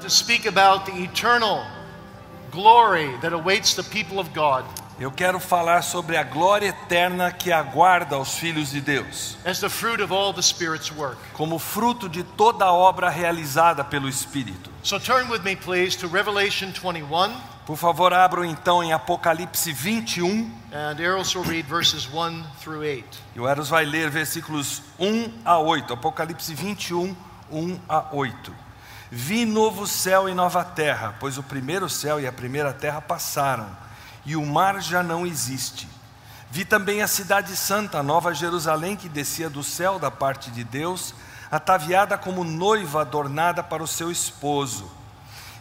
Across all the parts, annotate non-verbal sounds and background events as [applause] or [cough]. to speak about the eternal glory that awaits the people of God. Eu quero falar sobre a glória eterna que aguarda os filhos de Deus, as the fruit of all the Spirit's work. como fruto de toda a obra realizada pelo Espírito. So turn with me, please, to Revelation 21, Por favor, abram então em Apocalipse 21, and Eros will read verses 1 through 8. e o Eros vai ler versículos 1 a 8. Apocalipse 21, 1 a 8. Vi novo céu e nova terra, pois o primeiro céu e a primeira terra passaram, e o mar já não existe. Vi também a cidade santa, a nova Jerusalém, que descia do céu da parte de Deus, ataviada como noiva adornada para o seu esposo.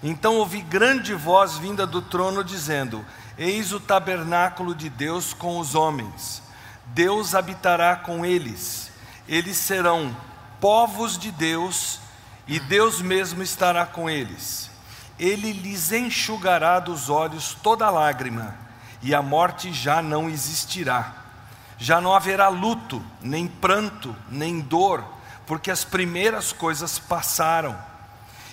Então ouvi grande voz vinda do trono dizendo: Eis o tabernáculo de Deus com os homens. Deus habitará com eles. Eles serão povos de Deus e Deus mesmo estará com eles. Ele lhes enxugará dos olhos toda lágrima, e a morte já não existirá. Já não haverá luto, nem pranto, nem dor, porque as primeiras coisas passaram.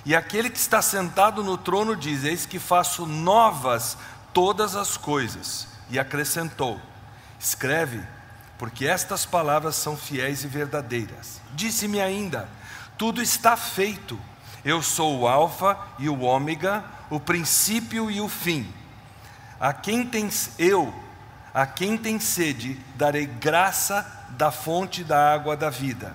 E aquele que está sentado no trono diz: Eis que faço novas todas as coisas. E acrescentou: Escreve, porque estas palavras são fiéis e verdadeiras. Disse-me ainda: Tudo está feito. Eu sou o Alfa e o Ômega, o princípio e o fim. A quem tem eu, a quem tem sede, darei graça da fonte da água da vida.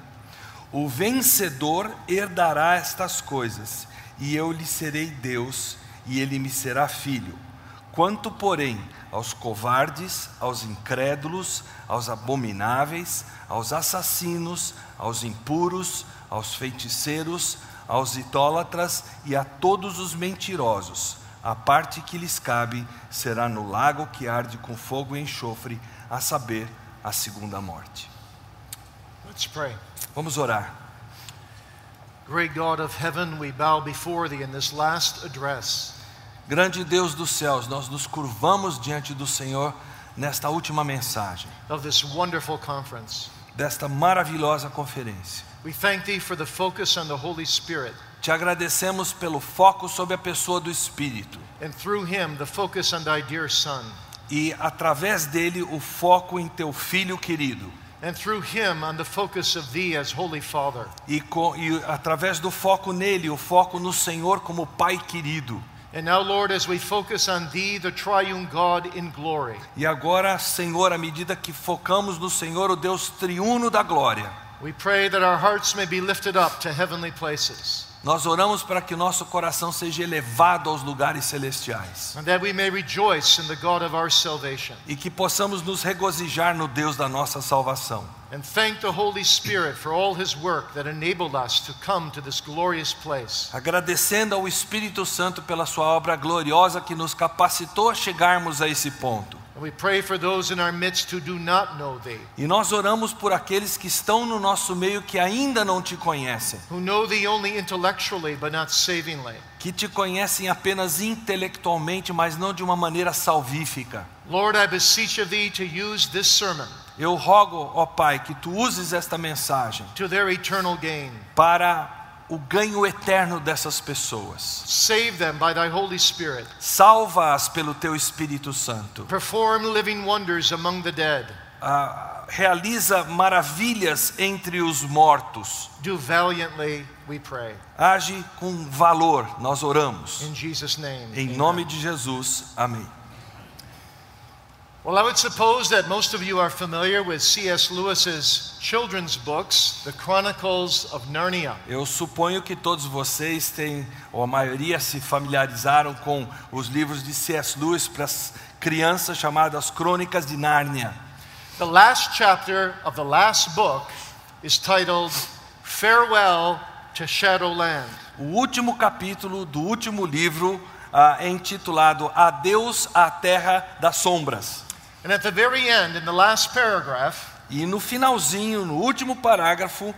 O vencedor herdará estas coisas, e eu lhe serei Deus, e ele me será filho. Quanto, porém, aos covardes, aos incrédulos, aos abomináveis, aos assassinos, aos impuros, aos feiticeiros, aos idólatras e a todos os mentirosos, a parte que lhes cabe será no lago que arde com fogo e enxofre, a saber, a segunda morte. Let's pray. Vamos orar. Great God of heaven, we bow before thee in this last address. Grande Deus dos céus, nós nos curvamos diante do Senhor nesta última mensagem, of this wonderful conference. desta maravilhosa conferência. We thank thee for the focus on the Holy Spirit, Te agradecemos pelo foco sobre a pessoa do Espírito and through him, the focus on thy dear Son, e, através dele, o foco em teu filho querido and through him, on the focus of thee as Holy Father. e, co- e, através do foco nele, o foco no Senhor como Pai querido. And now, Lord, as we focus on thee, the triune God in glory, E agora, Senhor, à medida que focamos no Senhor, o Deus triuno da glória, we pray that our hearts may be lifted up to heavenly places, nós oramos para que nosso coração seja elevado aos lugares celestiais. and that we may rejoice in the God of our salvation, e que possamos nos regozijar no Deus da nossa salvação and thank the Holy Spirit for all his work that enabled us to come to this glorious place. agradecendo ao Espírito Santo pela sua obra gloriosa que nos capacitou a chegarmos a esse ponto. And we pray for those in our midst who do not know thee. E nós oramos por aqueles que estão no nosso meio que ainda não te conhecem, who know thee only intellectually but not savingly. que te conhecem apenas intelectualmente, mas não de uma maneira salvífica. Lord, I beseech of thee to use this sermon Eu rogo, ó Pai, que tu uses esta mensagem to their eternal gain. para o ganho eterno dessas pessoas. Save them by thy Holy Spirit. Salva-as pelo teu Espírito Santo. Perform living wonders among the dead. ah, realiza maravilhas entre os mortos. Do valiantly, we pray. Age com valor, nós oramos. In Jesus' name. Em amen. nome de Jesus, amém. Well, I would suppose that most of you are familiar with C.S. Lewis's children's books, The Chronicles of Narnia. Eu suponho que todos vocês têm, ou a maioria se familiarizaram com os livros de C.S. Lewis para as crianças chamadas Crônicas de Nárnia. The last chapter of the last book is titled Farewell to Shadowland. O último capítulo do último livro ah, é intitulado Adeus à Terra das Sombras. And at the very end, in the last paragraph, E no finalzinho, no último parágrafo,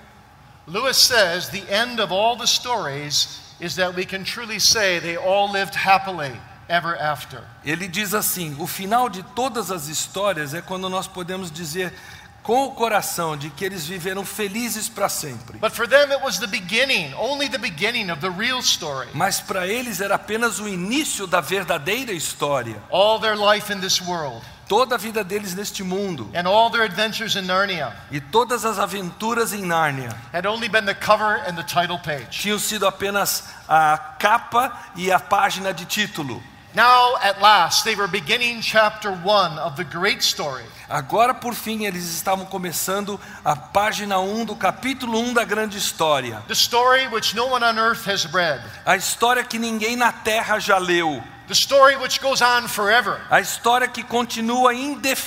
Lewis says the end of all the stories is that we can truly say they all lived happily ever after. Ele diz assim: o final de todas as histórias é quando nós podemos dizer com o coração de que eles viveram felizes para sempre. But for them, it was the beginning, only the beginning of the real story. Mas para eles era apenas o início da verdadeira história. All their life in this world Toda a vida deles neste mundo and all their adventures in Narnia e todas as aventuras em Nárnia had only been the cover and the title page. tinham sido apenas a capa e a página de título. Now, at last, they were beginning chapter one of the great story. Agora, por fim, eles estavam começando a página 1 do capítulo 1 da grande história. The story which no one on earth has read. A história que ninguém na terra já leu. The story which goes on forever, A história que continua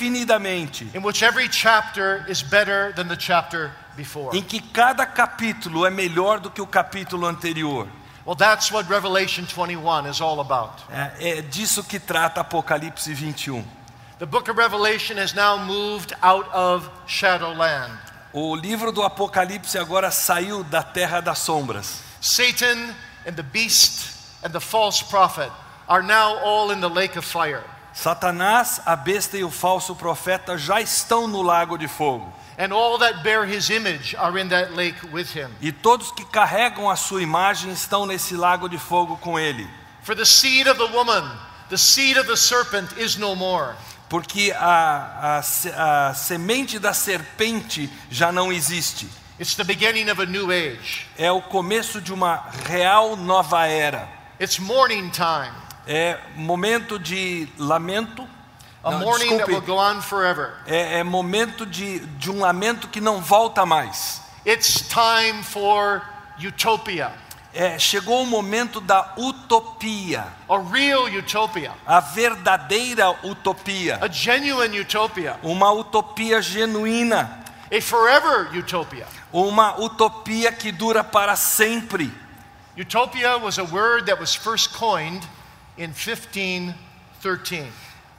indefinidamente. in which every chapter is better than the chapter before. Em que cada capítulo é melhor do que o capítulo anterior. Well, that's what Revelation 21 is all about. É, é disso que trata Apocalipse 21. The book of Revelation has now moved out of Shadowland. O livro do Apocalipse agora saiu da terra das sombras. Satan and the beast and the false prophet are now all in the lake of fire. Satanás, a besta e o falso profeta já estão no lago de fogo. And all that bear his image are in that lake with him. E todos que carregam a sua imagem estão nesse lago de fogo com ele. For the seed of the woman, the seed of the serpent is no more. Porque a, a se- a semente da serpente já não existe. It's the beginning of a new age. É o começo de uma real nova era. It's morning time, É momento de lamento. a Não, morning that will desculpe. go on forever. É, é momento de, de um lamento que não volta mais. It's time for utopia, É, chegou o momento da utopia, a real utopia, a verdadeira utopia, a genuine utopia, uma utopia genuína. a forever utopia. Uma utopia que dura para sempre. Utopia was a word that was first coined in 1513.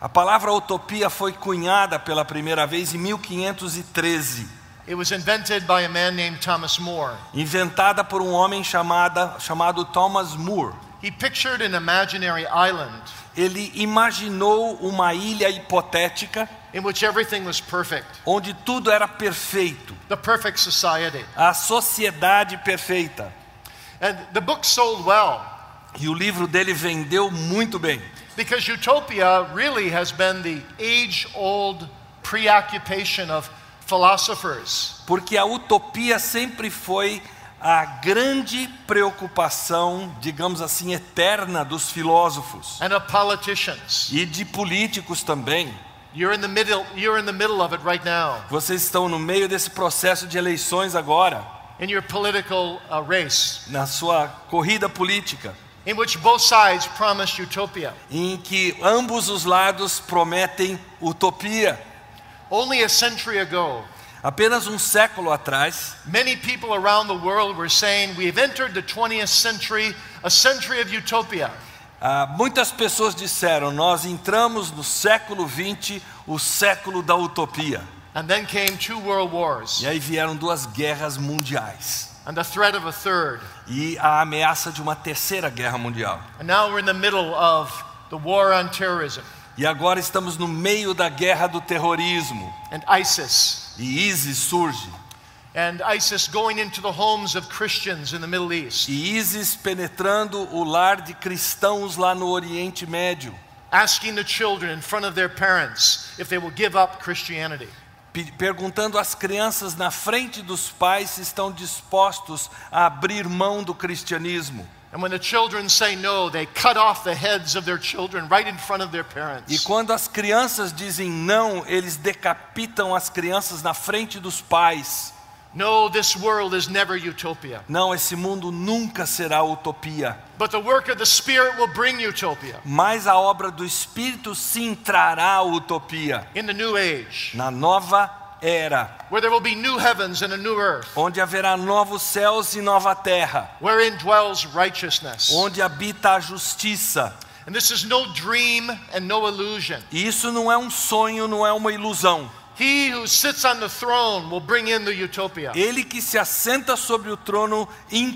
A palavra utopia foi cunhada pela primeira vez em 1513, It was invented by a man named Thomas More. inventada por um homem chamada, chamado Thomas Moore. He pictured an imaginary island Ele imaginou uma ilha hipotética in which everything was perfect, onde tudo era perfeito, the perfect society. a sociedade perfeita. And the book sold well E o livro dele vendeu muito bem, because utopia really has been the age old preoccupation of philosophers. porque a utopia sempre foi a grande preocupação, digamos assim, eterna dos filósofos. and of politicians. e de políticos também. You're in the middle you're in the middle of it right now Vocês estão no meio desse processo de eleições agora, in your political uh, race na sua corrida política, in which both sides promise utopia. em que ambos os lados prometem utopia. Only a century ago, Apenas um século atrás, many people around the world were saying we've entered the 20th century, a century of utopia. ah, muitas pessoas disseram: Nós entramos no século XX, o século da utopia. And then came two world wars E aí vieram duas guerras mundiais and the threat of a third. e a ameaça de uma terceira guerra mundial. And now we're in the middle of the war on terrorism E agora estamos no meio da guerra do terrorismo and ISIS. e ISIS surge. And ISIS going into the homes of Christians in the Middle East. e ISIS penetrando o lar de cristãos lá no Oriente Médio, asking the children in front of their parents if they will give up Christianity. pe- perguntando às crianças na frente dos pais se estão dispostos a abrir mão do cristianismo. And when the children say no, they cut off the heads of their children right in front of their E parents. quando as crianças dizem não, eles decapitam as crianças na frente dos pais. No, this world is never utopia. Não, esse mundo nunca será utopia, But the work of the Spirit will bring utopia mas a obra do Espírito sim trará a utopia in the new age, na nova era, where there will be new heavens and a new earth, onde haverá novos céus e nova terra. wherein dwells righteousness. onde habita a justiça. And this is no dream and no illusion. E isso não é um sonho, não é uma ilusão. He who sits on the throne will bring in the utopia. Ele que se assenta sobre o trono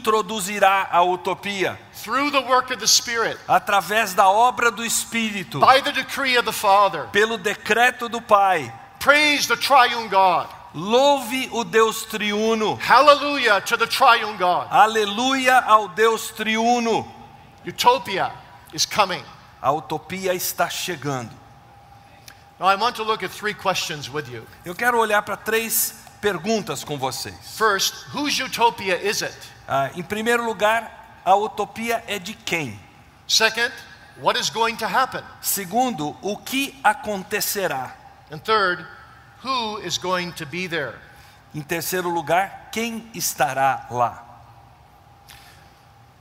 introduzirá a utopia Through the work of the Spirit, através da obra do Espírito, by the decree of the Father, pelo decreto do Pai. Praise the triune God. Louve o Deus triuno. Hallelujah to the triune God. Aleluia ao Deus triuno. Utopia is coming. A utopia está chegando. Now, I want to look at three questions with you. Eu quero olhar para três perguntas com vocês. First, whose utopia is it? Ah, em primeiro lugar, a utopia é de quem? Second, what is going to happen? Segundo, o que acontecerá? And third, who is going to be there? Em terceiro lugar, quem estará lá?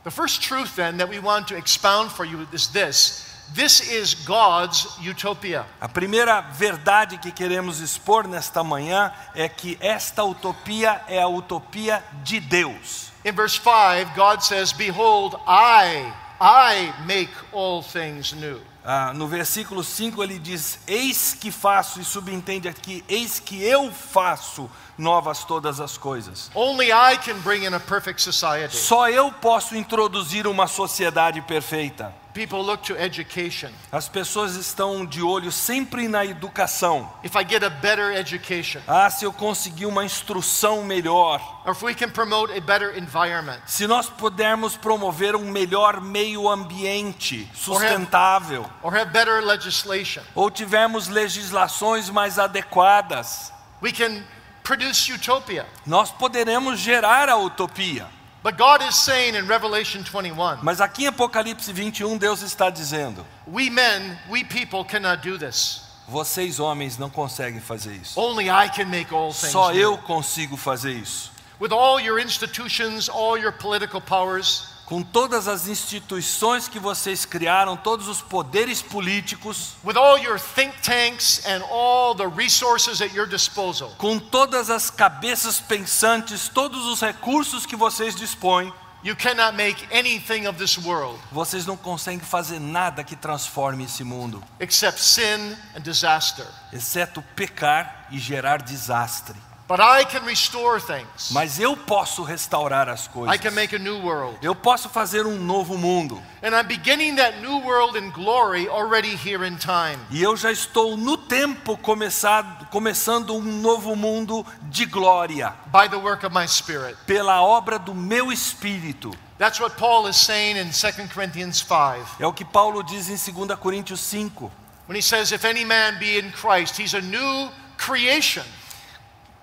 The first truth, then, that we want to expound for you is this this is God's utopia. A primeira verdade que queremos expor nesta manhã é que esta utopia é a utopia de Deus. In verse 5, God says, Behold, I, I make all things new. Ah, no versículo 5 ele diz: Eis que faço, e subentende aqui: Eis que eu faço novas todas as coisas. Only I can bring in a perfect society. Só eu posso introduzir uma sociedade perfeita. People look to education. As pessoas estão de olho sempre na educação. If I get a better education, Ah, se eu conseguir uma instrução melhor, or if we can promote a better environment, se nós pudermos promover um melhor meio ambiente sustentável, or have better legislation, ou tivermos legislações mais adequadas, we can produce utopia. nós poderemos gerar a utopia. But God is saying in Revelation 21, Mas aqui em Apocalipse 21, Deus está dizendo: we men, we people cannot do this. vocês homens não conseguem fazer isso. Only I can make all things Só new. eu consigo fazer isso. With all your institutions, all your political powers, Com todas as instituições que vocês criaram, todos os poderes políticos, with all your think tanks and all the resources at your disposal, com todas as cabeças pensantes, todos os recursos que vocês dispõem, you cannot make anything of this world vocês não conseguem fazer nada que transforme esse mundo, except sin and disaster. exceto pecar e gerar desastre. But I can restore things. Mas eu posso restaurar as I coisas. can make a new world. Eu posso fazer um novo mundo. And I'm beginning that new world in glory already here in time. E eu já estou no tempo começado, começando um novo mundo de glória, by the work of my spirit. pela obra do meu espírito. That's what Paul is saying in 2 Corinthians 5 É o que Paulo diz em 2 Coríntios 5. when he says, If any man be in Christ, he's a new creation.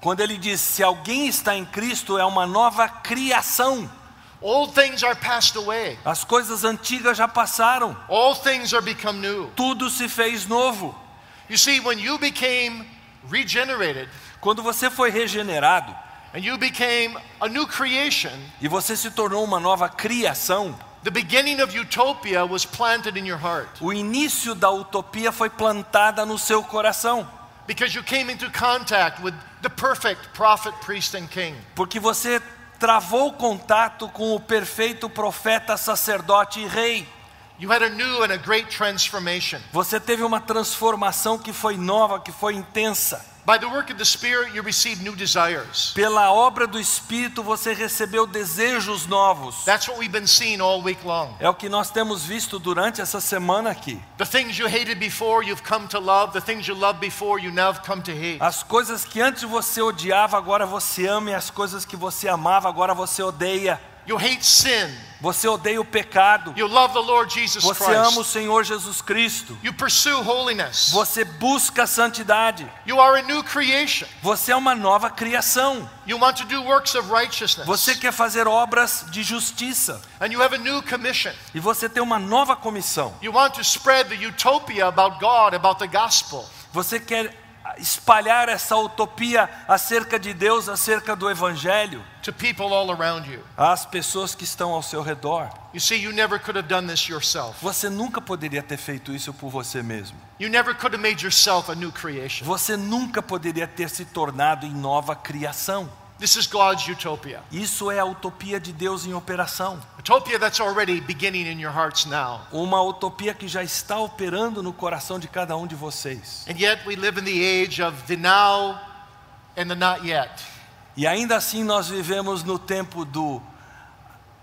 Quando ele diz: Se alguém está em Cristo, é uma nova criação. Old things are passed away, As coisas antigas já passaram, all things are become new. tudo se fez novo. You see, when you became regenerated Quando você foi regenerado and you became a new creation, e você se tornou uma nova criação, the beginning of utopia was planted in your heart o início da utopia foi plantada no seu coração. because you came into contact with the perfect prophet, priest, and king. Porque você travou contato com o perfeito profeta, sacerdote e rei. You had a new and a great transformation. Você teve uma transformação que foi nova, que foi intensa. By the work of the Spirit, you received new desires. Pela obra do Espírito você recebeu desejos novos. That's what we've been seeing all week long. É o que nós temos visto durante essa semana aqui. The things you hated before, you've come to love. The things you loved before, you now have come to hate. As coisas que antes você odiava, agora você ama, e as coisas que você amava, agora você odeia. You hate sin. Você odeia o pecado. You love the Lord Jesus Você ama o Christ. Senhor Jesus Cristo. You pursue holiness. Você busca a santidade. You are a new creation. Você é uma nova criação. You want to do works of righteousness. Você quer fazer obras de justiça And you have a new commission. e você tem uma nova comissão. You want to spread the utopia about God, about the gospel. Você quer espalhar essa utopia acerca de Deus, acerca do evangelho To people all around you. às pessoas que estão ao seu redor. You see, you never could have done this yourself. Você nunca poderia ter feito isso por você mesmo. You never could have made yourself a new creation. Você nunca poderia ter se tornado em nova criação. This is God's utopia. Isso é a utopia de Deus em operação. Utopia that's already beginning in your hearts now. Uma utopia que já está operando no coração de cada um de vocês. And yet we live in the age of the now and the not yet. E ainda assim nós vivemos no tempo do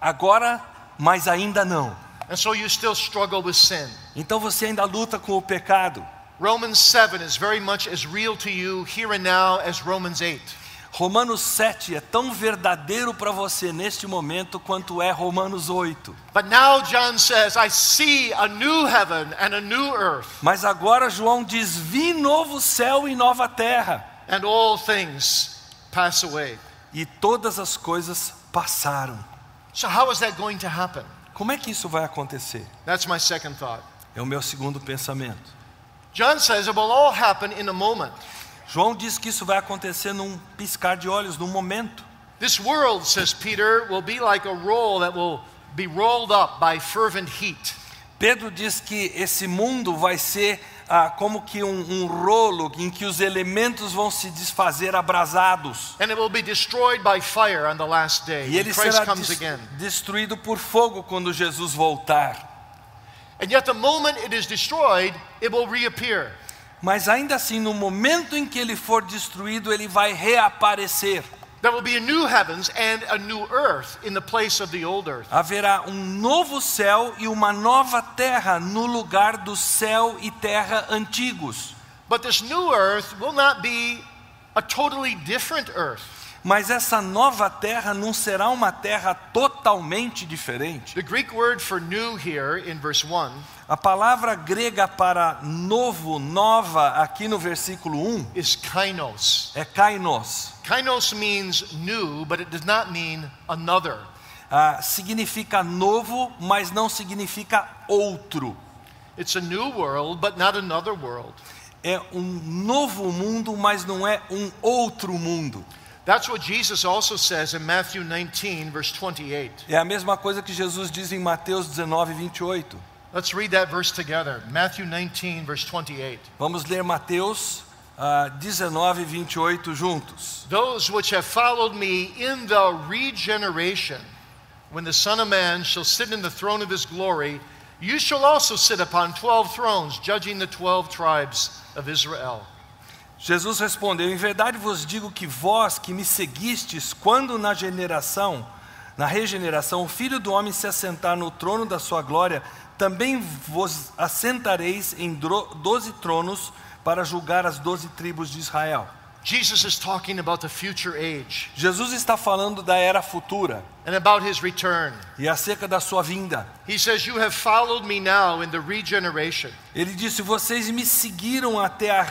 agora, mas ainda não. And so you still struggle with sin. Então você ainda luta com o pecado. Romans 7 is very much as real to you here and now as Romans 8. Romanos 7 é tão verdadeiro para você neste momento quanto é Romanos 8. But now John says, I see a new heaven and a new earth, Mas agora João diz: Vi novo céu e nova terra, and all things pass away. e todas as coisas passaram. So, how is that going to happen? Como é que isso vai acontecer? That's my second thought. É o meu segundo pensamento. John says it will all happen in a moment. João diz que isso vai acontecer num piscar de olhos, num momento. This world, says Peter, will be like a roll that will be rolled up by fervent heat. Pedro diz que esse mundo vai ser ah, como que um, um rolo em que os elementos vão se desfazer abrasados. And it will be destroyed by fire on the last day. E When ele Christ será comes des- again. destruído por fogo quando Jesus voltar. And yet, the moment it is destroyed, it will reappear. Mas ainda assim, no momento em que ele for destruído, ele vai reaparecer. There will be a new heavens and a new earth in the place of the old earth. Haverá um novo céu e uma nova terra no lugar do céu e terra antigos. But this new earth will not be a totally different earth. Mas essa nova terra não será uma terra totalmente diferente. The Greek word for new here in verse 1 A palavra grega para novo, nova, aqui no versículo 1, is kainos. é kainos. Kainos means new, but it does not mean another. Ah, significa novo, mas não significa outro. It's a new world, but not another world. É um novo mundo, mas não é um outro mundo. That's what Jesus also says in Matthew 19, verse 28. É a mesma coisa que Jesus diz em Mateus 19, 28. Let's read that verse together. Matthew 19, verse 28. Vamos ler Mateus ah, 19, 28 juntos. Those which have followed me in the regeneration, when the Son of Man shall sit in the throne of his glory, you shall also sit upon 12 thrones, judging the 12 tribes of Israel. Jesus respondeu: Em verdade vos digo que vós que me seguistes, quando na generação, na regeneração, o filho do homem se assentar no trono da sua glória, também vos assentareis em dro- doze tronos para julgar as doze tribos de Israel. Jesus is talking about the future age Jesus está falando da era futura and about his return. e acerca da sua vinda. He says, You have followed me now in the regeneration, Ele disse: Vocês me seguiram até a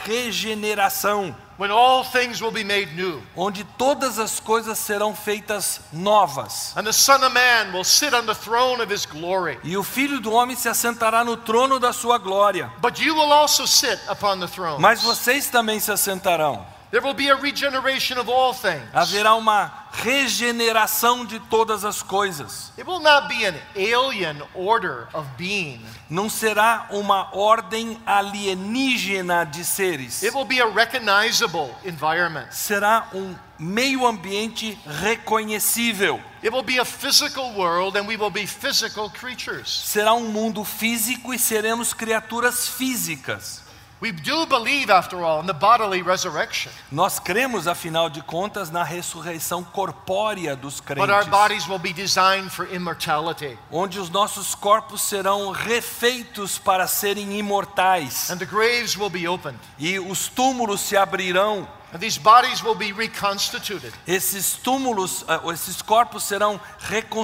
regeneração, when all things will be made new. onde todas as coisas serão feitas novas. And the Son of Man will sit on the throne of his glory. E o filho do homem se assentará no trono da sua glória. But you will also sit upon the throne. Mas vocês também se assentarão. There will be a regeneration of all things. Haverá uma regeneração de todas as coisas. It will not be an alien order of being. Não será uma ordem alienígena de seres. It will be a recognizable environment. Será um meio ambiente reconhecível. It will be a physical world, and we will be physical creatures. Será um mundo físico e seremos criaturas físicas. We do believe, after all, in the bodily resurrection, Nós cremos, afinal de contas, na ressurreição corpórea dos but our crentes. bodies will be designed for immortality. onde os nossos corpos serão refeitos para serem imortais, And the graves will be opened, e os túmulos se abrirão, and these bodies will be reconstituted, esses túmulos, ah, esses corpos serão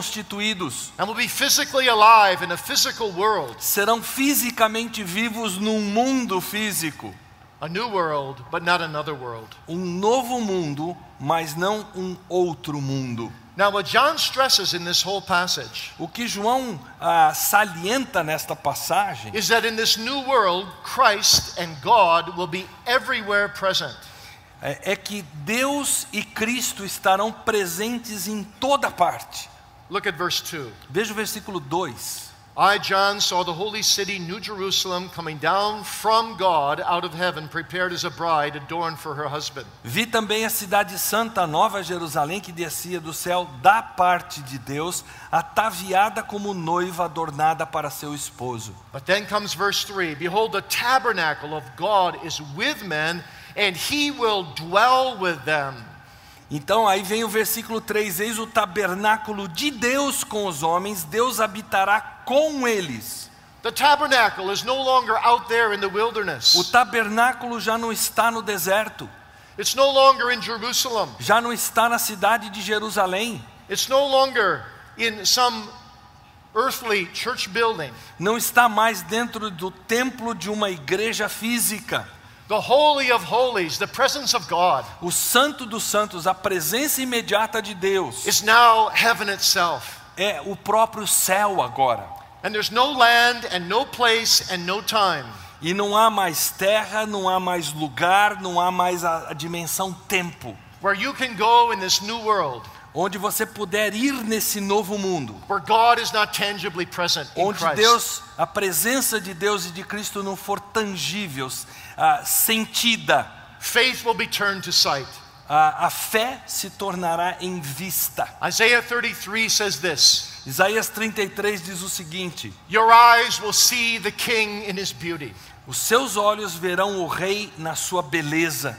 reconstituídos, and will be physically alive in a physical world, serão fisicamente vivos num mundo físico, a new world, but not another world. um novo mundo, mas não um outro mundo. Now, what John stresses in this whole passage O que João ah, salienta nesta passagem is that in this new world, Christ and God will be everywhere present. é, é que Deus e Cristo estarão presentes em toda parte. Look at verse 2. Veja o versículo 2. I, John, saw the holy city, New Jerusalem, coming down from God out of heaven, prepared as a bride adorned for her husband. Vi também a cidade santa, a Nova Jerusalém, que descia do céu da parte de Deus, ataviada como noiva adornada para seu esposo. But then comes verse 3 Behold, the tabernacle of God is with men, and he will dwell with them. Então aí vem o versículo 3: Eis o tabernáculo de Deus com os homens, Deus habitará com eles. The tabernacle is no longer out there in the O wilderness. tabernáculo já não está no deserto, It's no longer in Jerusalem. já não está na cidade de Jerusalém, It's no longer in some earthly church building. não está mais dentro do templo de uma igreja física. The Holy of Holies, the presence of God, O Santo dos Santos, a presença imediata de Deus, is now heaven itself. é o próprio céu agora. And there's no land and no place and no time. E não há mais terra, não há mais lugar, não há mais a, a dimensão tempo. where you can go in this new world Onde você puder ir nesse novo mundo. where God is not tangibly present in Onde Christ. Deus, a presença de Deus e de Cristo não for tangível, ah, sentida, Faith will be turned to sight. a, a fé se tornará em vista. Isaiah 33 says this Isaías 33 diz o seguinte: Your eyes will see the King in his beauty. Os seus olhos verão o Rei na sua beleza.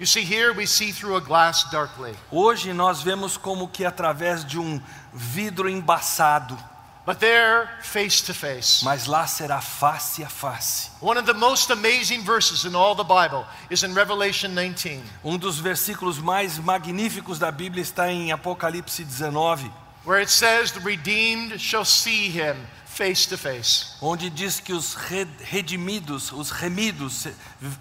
You see, here we see through a glass darkly, Hoje nós vemos como que através de um vidro embaçado, but there, face to face. mas lá será face a face. One of the most amazing verses in all the Bible is in Revelation 19. Um dos versículos mais magníficos da Bíblia está em Apocalipse 19, Where it says, The redeemed shall see him face to face. onde diz que os re- redimidos, os remidos,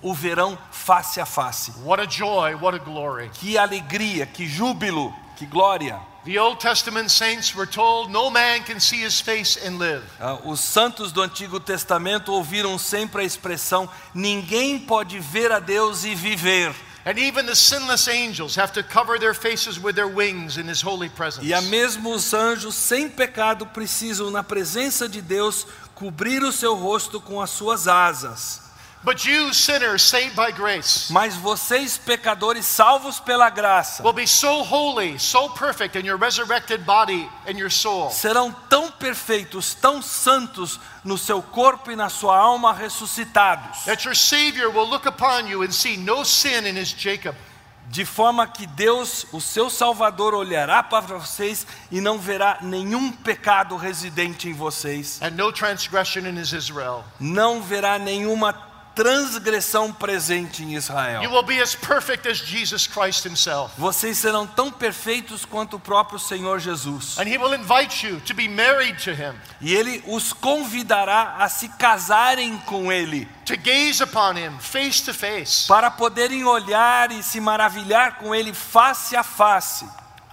o verão face a face. What a joy, what a glory. Que alegria, que júbilo, que glória. The Old Testament saints were told, No man can see his face and live. Ah, os santos do Antigo Testamento ouviram sempre a expressão: ninguém pode ver a Deus e viver. And even the sinless angels have to cover their faces with their wings in his holy presence. E a mesmo os anjos sem pecado precisam, na presença de Deus, cobrir o seu rosto com as suas asas. But you, sinners saved by grace, Mas vocês, pecadores, salvos pela graça, will be so holy, so perfect in your resurrected body and your soul serão tão perfeitos, tão santos no seu corpo e na sua alma ressuscitados, that your Savior will look upon you and see no sin in his Jacob. de forma que Deus, o seu Salvador, olhará para vocês e não verá nenhum pecado residente em vocês, And no transgression in his Israel. não verá nenhuma transgressão presente em Israel. You will be as perfect as Jesus Christ himself. Vocês serão tão perfeitos quanto o próprio Senhor Jesus. And he will invite you to be married to him, E ele os convidará a se casarem com ele, to gaze upon him face to face. para poderem olhar e se maravilhar com ele face a face.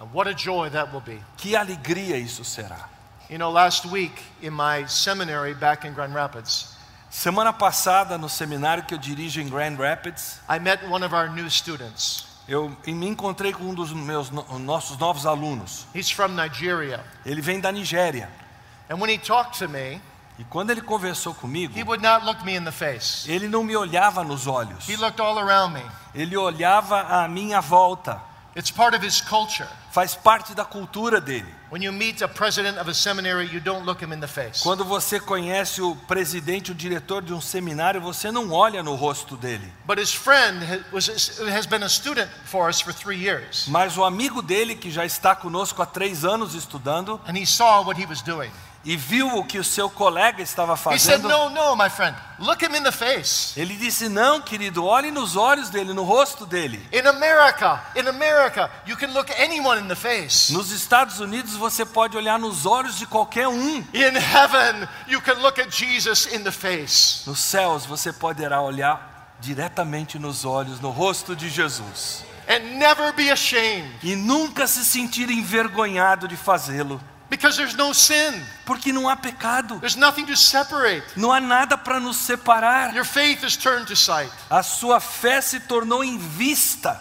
And what a joy that will be. Que alegria isso será! You know, last week in my seminary back in Grand Rapids, Semana passada, no seminário que eu dirijo em Grand Rapids, I met one of our new students. eu e me encontrei com um dos meus no- nossos novos alunos. He's from Nigeria. Ele vem da Nigéria. And when he talked to me, E quando ele conversou comigo, he would not look me in the face. ele não me olhava nos olhos. He looked all around me. Ele olhava à minha volta. It's part of his culture. Faz parte da cultura dele. When you meet a president of a seminary, you don't look him in the face. Quando você conhece o presidente, o diretor de um seminário, você não olha no rosto dele. But his friend ha- was, has been a student for us for three years, Mas o amigo dele, que já está conosco há três anos estudando, and he saw what he was doing. e viu o que o seu colega estava He said, fazendo, No, no, my friend, look him in the face. ele disse: Não, querido, olhe nos olhos dele, no rosto dele. In America, in America, you can look anyone in the face. Nos Estados Unidos, você pode olhar nos olhos de qualquer um. In heaven, you can look at Jesus in the face. Nos céus, você poderá olhar diretamente nos olhos, no rosto de Jesus. and never be ashamed E nunca se sentir envergonhado de fazê-lo, because there's no sin. porque não há pecado. There's nothing to separate. Não há nada para nos separar. Your faith is turned to sight. A sua fé se tornou em vista.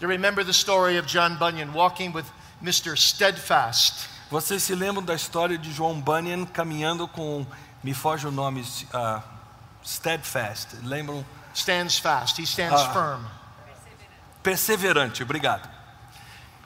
You remember the story of John Bunyan walking with Mr. Steadfast. Vocês se lembram da história de João Bunyan caminhando com, me foge o nome, ah, steadfast, lembram? Stands fast, he stands Ah. firm. Perseverante, obrigado.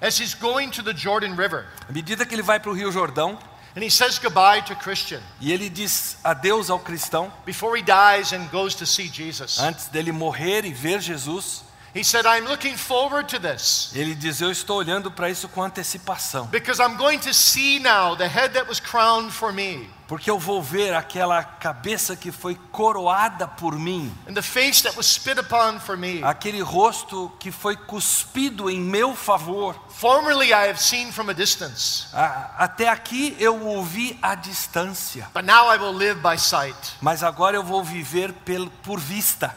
As he's going to the Jordan River, À medida que ele vai para o Rio Jordão and he says goodbye to Christian e ele diz adeus ao cristão, before he dies and goes to see Jesus. antes dele morrer e ver Jesus, He said, I'm looking forward to this Ele diz: Eu estou olhando para isso com antecipação, because I'm going to see now the head that was crowned for me porque eu vou ver aquela cabeça que foi coroada por mim, and the face that was spit upon for me. aquele rosto que foi cuspido em meu favor. Formerly I have seen from a distance, A- até aqui eu o vi à distância, but now I will live by sight, mas agora eu vou viver pel- por vista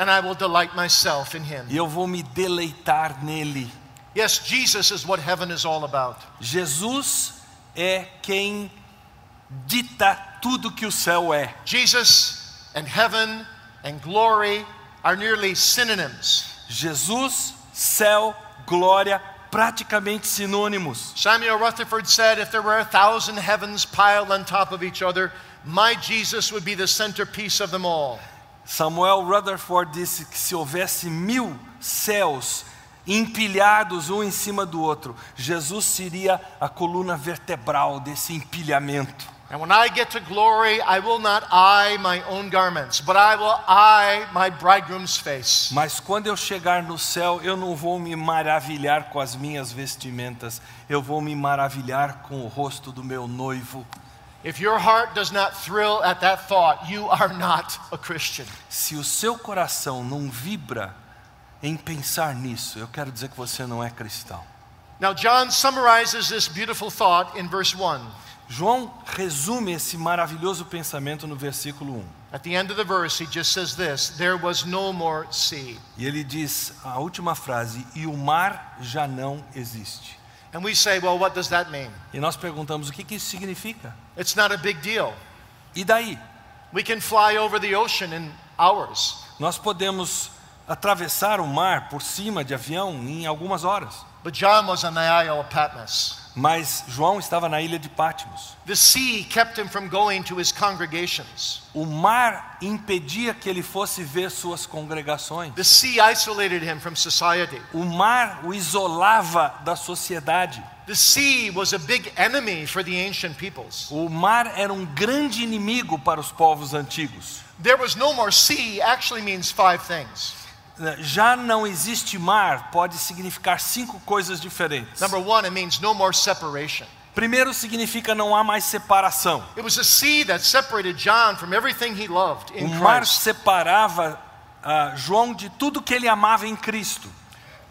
and I will delight myself in him. e eu vou me deleitar nele. Yes, Jesus is what heaven is all about. Jesus é quem dita tudo que o céu é. Jesus and heaven and glory are nearly synonyms. Jesus, céu, glória, praticamente sinônimos. Samuel Rutherford said, If there were a thousand heavens piled on top of each other, my Jesus would be the centerpiece of them all. Samuel Rutherford disse que se houvesse mil céus empilhados um em cima do outro, Jesus seria a coluna vertebral desse empilhamento. And when I get to glory, I will not eye my own garments, but I will eye my bridegroom's face. Mas quando eu chegar no céu, eu não vou me maravilhar com as minhas vestimentas, eu vou me maravilhar com o rosto do meu noivo. If your heart does not thrill at that thought, you are not a Christian. Se o seu coração não vibra em pensar nisso, eu quero dizer que você não é cristão. Now, John summarizes this beautiful thought in verse 1. João resume esse maravilhoso pensamento no versículo 1. At the end of the verse, he just says this There was no more sea. E ele diz a última frase: E o mar já não existe. And we say, Well, what does that mean? E nós perguntamos o que, que isso significa. It's not a big deal. E daí? We can fly over the ocean in hours, Nós podemos atravessar o mar por cima de avião em algumas horas. but John was on the Isle of Patmos. Mas João estava na ilha de Patmos. The sea kept him from going to his congregations. O mar impedia que ele fosse ver suas congregações. The sea isolated him from society. O mar o isolava da sociedade. The sea was a big enemy for the ancient peoples. O mar era um grande inimigo para os povos antigos. There was no more sea actually means five things. Já não existe mar pode significar cinco coisas diferentes. Number one, it means no more separation. Primeiro significa não há mais separação. It was a sea that separated John from everything he loved O in Um mar Christ. separava ah, João de tudo que ele amava em Cristo.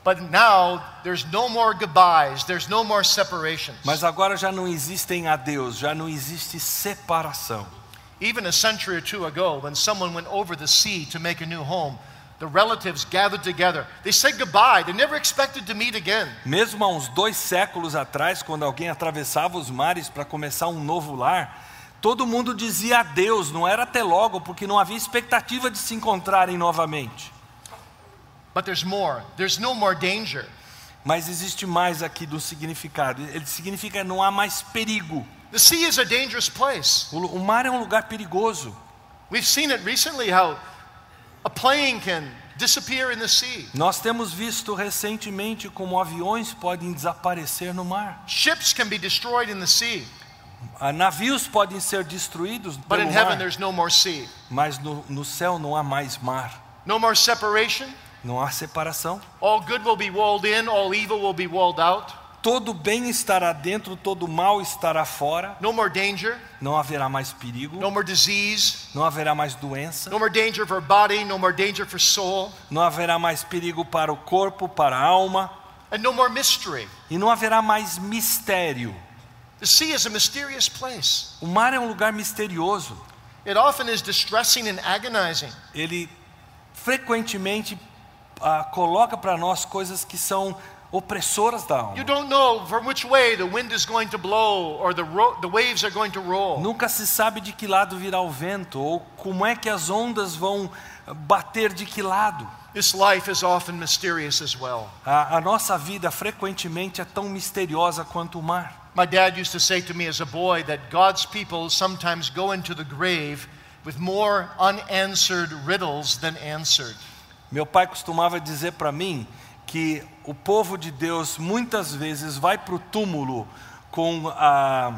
But now there's no more goodbyes, there's no more separations. Mas agora já não existem adeus, já não existe separação. Even a century or two ago, when someone went over the sea to make a new home, the relatives gathered together. They said goodbye. They never expected to meet again. Mesmo há uns dois séculos atrás, quando alguém atravessava os mares para começar um novo lar, todo mundo dizia adeus, não era até logo, porque não havia expectativa de se encontrarem novamente. But there's more. There's no more danger. Mas existe mais aqui do significado. Ele significa não há mais perigo. The sea is a dangerous place. O lu- o mar é um lugar perigoso. We've seen it recently how a plane can disappear in the sea, Nós temos visto recentemente como aviões podem desaparecer no mar. ships can be destroyed in the sea. Ah, Navios podem ser destruídos But pelo in mar, heaven, there's no more sea, mas no, no céu não há mais mar. no more separation. Não há separação. All good will be walled in, all evil will be walled out. Todo bem estará dentro, todo mal estará fora. No more danger, Não haverá mais perigo, no more disease, não haverá mais doença, no more danger for body, no more danger for soul, não haverá mais perigo para o corpo, para a alma, and no more mystery. e não haverá mais mistério. The sea is a mysterious place. O mar é um lugar misterioso. It often is distressing and agonizing. Ele frequentemente ah, coloca para nós coisas que são opressoras da alma. You don't know from which way the wind is going to blow or the, ro- the waves are going to roll. Nunca se sabe de que lado virá o vento ou como é que as ondas vão bater de que lado. This life is often mysterious as well. A, a nossa vida frequentemente é tão misteriosa quanto o mar. My dad used to say to me as a boy that God's people sometimes go into the grave with more unanswered riddles than answered. Meu pai costumava dizer para mim que o povo de Deus muitas vezes vai para o túmulo com ah,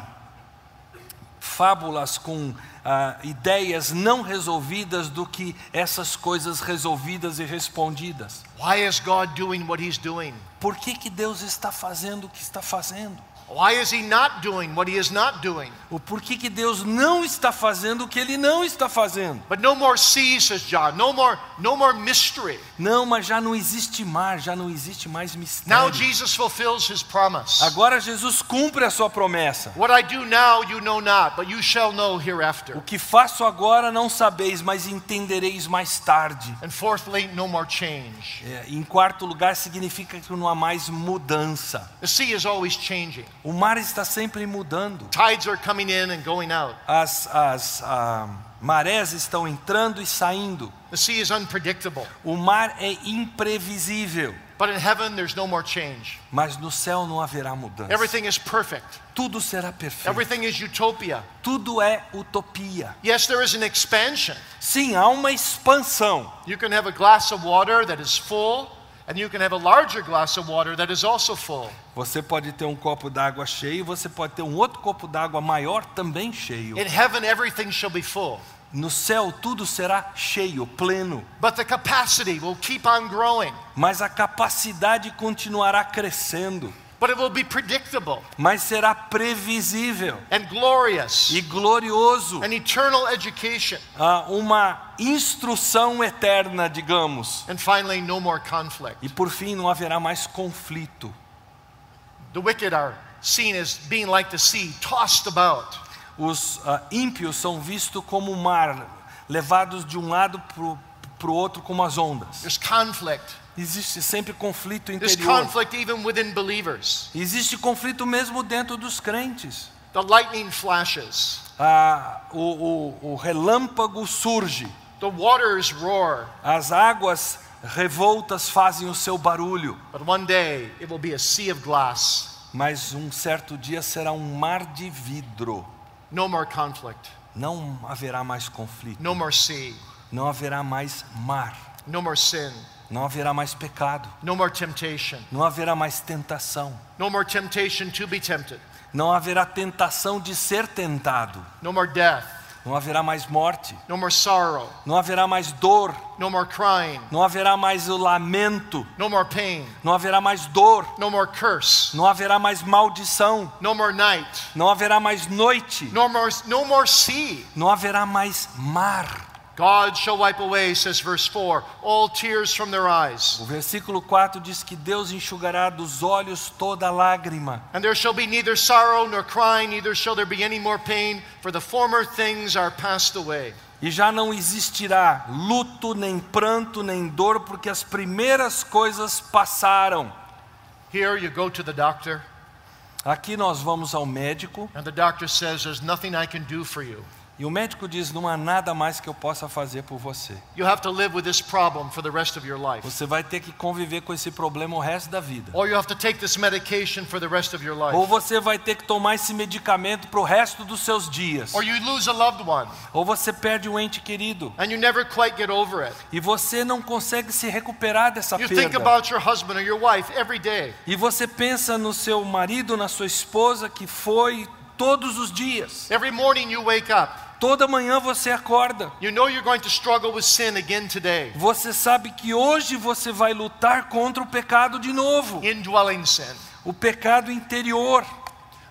fábulas, com ah, ideias não resolvidas do que essas coisas resolvidas e respondidas. Why is God doing what He's doing? Por que, que Deus está fazendo o que está fazendo? Why is He not doing what He is not doing? O porquê que Deus não está fazendo o que Ele não está fazendo? But no more sea, says John. No more, no more mystery. Não, mas já não existe mar, já não existe mais mistério. Now Jesus fulfills His promise. Agora Jesus cumpre a sua promessa. What I do now you know not, but you shall know O hereafter. que faço agora não sabeis, mas entendereis mais tarde. And fourthly, no more change. É, em quarto lugar, significa que não há mais mudança. The sea is always changing. O mar está sempre mudando. Tides are coming in and going out. As, as ah, marés estão entrando e saindo. The sea is unpredictable. O mar é imprevisível. But in heaven, there's no more change. Mas no céu não haverá mudança. Everything is perfect. Tudo será perfeito. Everything is utopia. Tudo é utopia. Yes, there is an expansion. Sim, há uma expansão. You can have a glass of water that is full, and you can have a larger glass of water that is also full. Você pode ter um copo d'água cheio, você pode ter um outro copo d'água maior também cheio. In heaven, everything shall be full. No céu tudo será cheio, pleno, But the capacity will keep on growing, mas a capacidade continuará crescendo, but it will be predictable mas será previsível and glorious e glorioso, and eternal education. ah, uma instrução eterna, digamos. And finally, no more conflict. E por fim não haverá mais conflito. The wicked are seen as being like the sea, tossed about. Os ah, ímpios são vistos como o mar, levados de um lado para o outro como as ondas. There's conflict. Existe sempre conflito There's interior. conflict even within believers. Existe conflito mesmo dentro dos crentes. The lightning flashes, Ah, o, o- o relâmpago surge, the waters roar, as águas revoltas fazem o seu barulho, but one day it will be a sea of glass. mas um certo dia será um mar de vidro. No more conflict, Não haverá mais conflito, no more sea, não haverá mais mar, no more sin, não haverá mais pecado, no more temptation, não haverá mais tentação, no more temptation to be tempted, não haverá tentação de ser tentado, no more death, não haverá mais morte, no more sorrow, não haverá mais dor, no more crying, não haverá mais o lamento, no more pain, não haverá mais dor, no more curse, não haverá mais maldição, no more night, não haverá mais noite, no more, no more sea. não haverá mais mar. God shall wipe away, says verse 4, all tears from their eyes, O versículo 4 diz que Deus enxugará dos olhos toda lágrima, and there shall be neither sorrow nor crying, neither shall there be any more pain, for the former things are passed away. e já não existirá luto, nem pranto, nem dor, porque as primeiras coisas passaram. Here you go to the doctor, Aqui nós vamos ao médico, and the doctor says, There's nothing I can do for you. e o médico diz: não há nada mais que eu possa fazer por você. You have to live with this problem for the rest of your life, Você vai ter que conviver com esse problema o resto da vida. or you have to take this medication for the rest of your Ou life, você vai ter que tomar esse medicamento para o resto dos seus dias. or you lose a loved one Ou você perde um ente querido. and you never quite get over it. E você não consegue se recuperar dessa You think perda. about your husband or your wife every day. E você pensa no seu marido, na sua esposa, que foi todos os dias. Every morning you wake up. Toda manhã você acorda. You know you're going to struggle with sin again today. Você sabe que hoje você vai lutar contra o pecado de novo Indwelling sin. o pecado interior.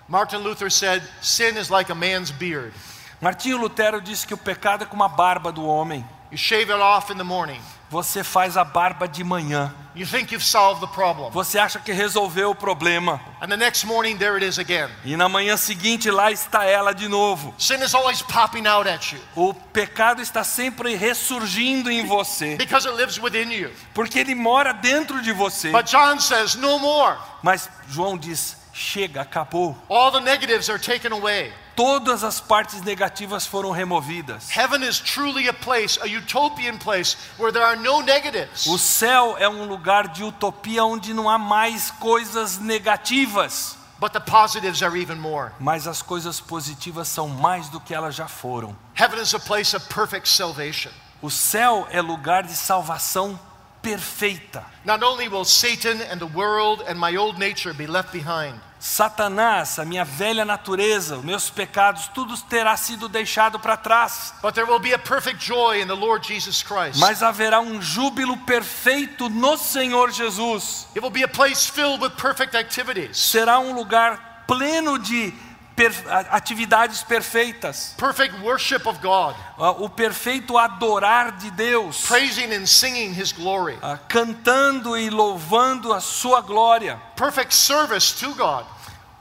Martin Luther said, Sin is like a man's beard. Martinho Lutero disse que o pecado é como a barba do homem. You shave it off in the morning. Você faz a barba de manhã. You think you've solved the problem. Você acha que resolveu o problema. And the next morning, there it is again. E na manhã seguinte lá está ela de novo. Sin is always popping out at you O pecado está sempre ressurgindo em você. because it lives within you. Porque ele mora dentro de você. But John says, No more. Mas João diz: chega, acabou. All the negatives are taken away. Todas as partes negativas foram removidas. Heaven is truly a place, a utopian place, where there are no O negatives. céu é um lugar de utopia onde não há mais coisas negativas, But the positives are even more. mas as coisas positivas são mais do que elas já foram. Heaven is a place of perfect salvation. O céu é lugar de salvação perfeita. Not only will Satan and the world and my old nature be left behind, Satanás, a minha velha natureza, os meus pecados, tudo terá sido deixado para trás. but there will be a perfect joy in the Lord Jesus Christ. Mas haverá um júbilo perfeito no Senhor Jesus. It will be a place filled with perfect activities, Será um lugar pleno de per- a- atividades perfeitas. perfect worship of God, Ah, O perfeito adorar de Deus, praising and singing His glory, ah, cantando e louvando a sua glória. perfect service to God,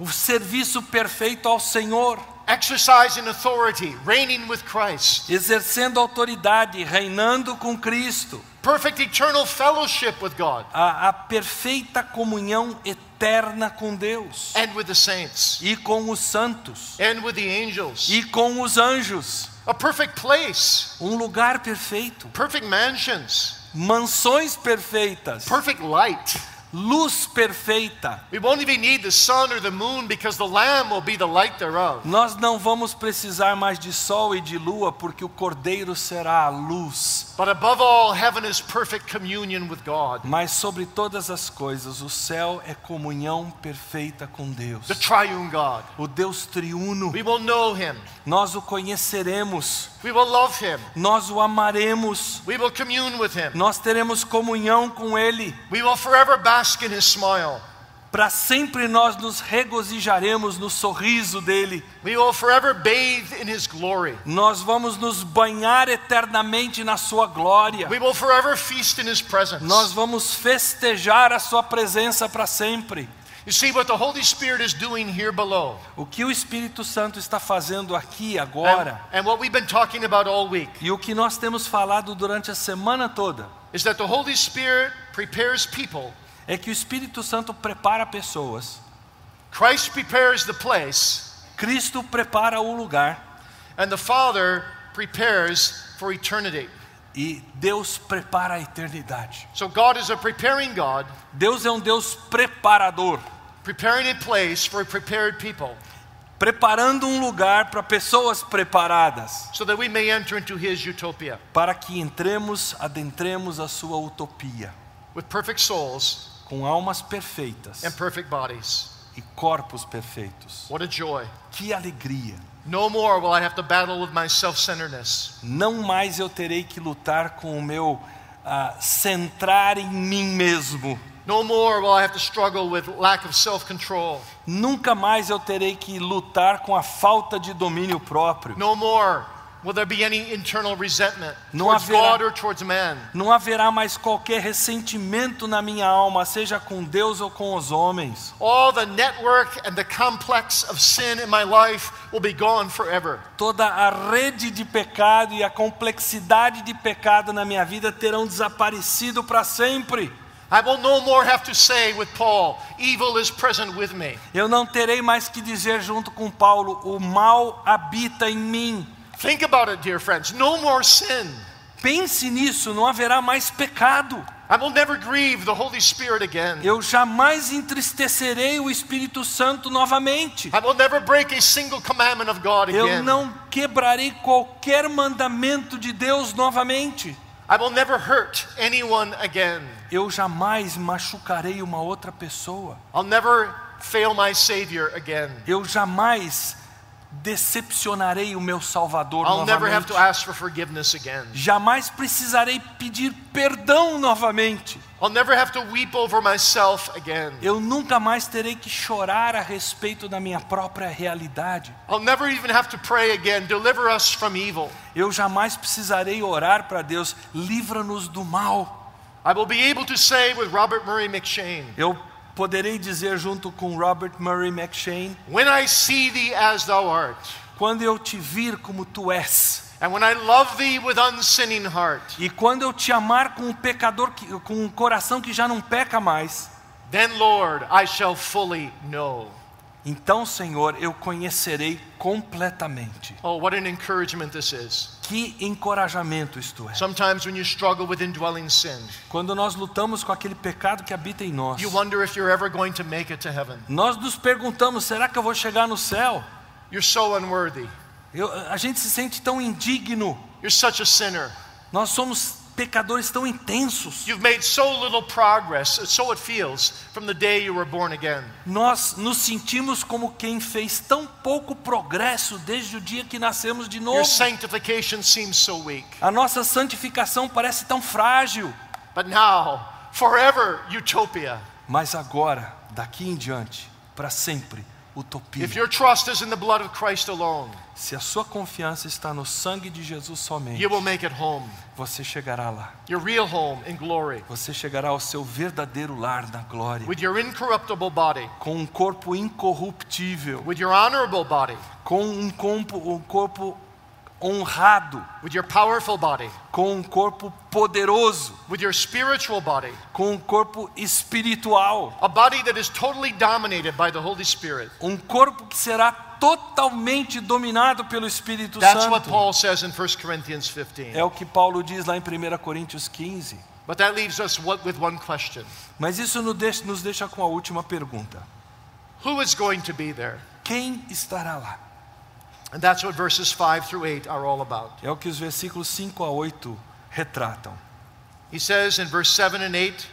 O serviço perfeito ao Senhor, exercising authority, reigning with Christ, exercendo autoridade, reinando com Cristo. perfect eternal fellowship with God a, a perfeita comunhão eterna com Deus and with the saints e com os santos and with the angels, e com os anjos, a perfect place, um lugar perfeito, perfect mansions, mansões perfeitas, perfect light. luz perfeita. We won't even need the sun or the moon because the Lamb will be the light thereof. Nós não vamos precisar mais de sol e de lua, porque o Cordeiro será a luz. But above all, heaven is perfect communion with God. Mas sobre todas as coisas, o céu é comunhão perfeita com Deus. the triune God. O Deus triuno, We will know him. nós o conheceremos, We will love him. nós o amaremos, We will commune with him. Nós teremos comunhão com Ele. We will forever bask in his smile. Para sempre nós nos regozijaremos no sorriso dele. We will forever bathe in his glory. Nós vamos nos banhar eternamente na sua glória. We will forever feast in his presence. Nós vamos festejar a sua presença para sempre. You see what the Holy Spirit is doing here below O que o Espírito Santo está fazendo aqui and, agora and what we've been talking about all week e o que nós temos falado durante a semana toda is that the Holy Spirit prepares people. é que o Espírito Santo prepara pessoas. Christ prepares the place Cristo prepara o lugar and the Father prepares for eternity. e Deus prepara a eternidade. So God is a preparing God, Deus é um Deus preparador. preparing a place for prepared people. preparando um lugar para pessoas preparadas, so that we may enter into his utopia para que entremos, adentremos a sua utopia, with perfect souls com almas perfeitas and perfect bodies. e corpos perfeitos. What a joy. Que alegria! No more will I have to battle with my self centeredness. Não mais eu terei que lutar com o meu ah, centrar em mim mesmo. No more will I have to struggle with lack of self control. Nunca mais eu terei que lutar com a falta de domínio próprio. No more will there be any internal resentment No towards haverá- God or towards man. Não haverá mais qualquer ressentimento na minha alma, seja com Deus ou com os homens. All the network and the complex of sin in my life will be gone forever. Toda a rede de pecado e a complexidade de pecado na minha vida terão desaparecido para sempre. I will no more have to say with Paul, evil is present with me. Eu não terei mais que dizer junto com Paulo: o mal habita em mim. Think about it, dear friends. No more sin. Pense nisso, não haverá mais pecado. I will never grieve the Holy Spirit again. Eu jamais entristecerei o Espírito Santo novamente. I will never break a single commandment of God Eu again. não quebrarei qualquer mandamento de Deus novamente. I will never hurt anyone again. Eu jamais machucarei uma outra pessoa. I'll never fail my Savior again. Eu jamais decepcionarei o meu Salvador I'll never have novamente. to ask for forgiveness again. Jamais precisarei pedir perdão novamente. I'll never have to weep over myself again. Eu nunca mais terei que chorar a respeito da minha própria realidade. I'll never even have to pray again. Deliver us from evil. Eu jamais precisarei orar para Deus, livra-nos do mal. I will be able to say with Robert Murray McShane, Eu poderei dizer junto com Robert Murray McShane, When I see thee as thou art, quando eu te vir como tu és, and when I love thee with unsinning heart, e quando eu te amar com um pecador que, com um coração que já não peca mais, then, Lord, I shall fully know. Então, Senhor, eu conhecerei completamente. Oh, what an encouragement this is. Que encorajamento isto é. Sometimes when you struggle with indwelling sin, Quando nós lutamos com aquele pecado que habita em nós, you wonder if you're ever going to make it to heaven. nós nos perguntamos: será que eu vou chegar no céu? You're so unworthy. Eu- a gente se sente tão indigno. You're such a sinner. Nós somos pecadores tão intensos. You've made so little progress, so it feels, from the day you were born again. Nós nos sentimos como quem fez tão pouco progresso desde o dia que nascemos de novo. Your sanctification seems so weak. A nossa santificação parece tão frágil. But now, forever utopia. Mas agora, daqui em diante, para sempre, utopia. If your trust is in the blood of Christ alone, Se a sua confiança está no sangue de Jesus somente, you will make it home, você chegará lá. your real home in glory, Você chegará ao seu verdadeiro lar na glória. with your incorruptible body, Com um corpo incorruptível, with your honorable body, com um corpo, um corpo honrado, with your powerful body, com um corpo poderoso, with your spiritual body, com um corpo espiritual. a body that is totally dominated by the Holy Spirit. Um corpo que será totalmente dominado pelo Espírito That's what Santo. Paul says in 1 Corinthians 15. É o que Paulo diz lá em 1 Coríntios 15. But that leaves us what, with one question Mas isso nos deixa, nos deixa com a última pergunta: Who is going to be there? Quem estará lá? And that's what verses 5 through 8 are all about. É o que os versículos 5 a 8 retratam. He says in verse 7 and 8,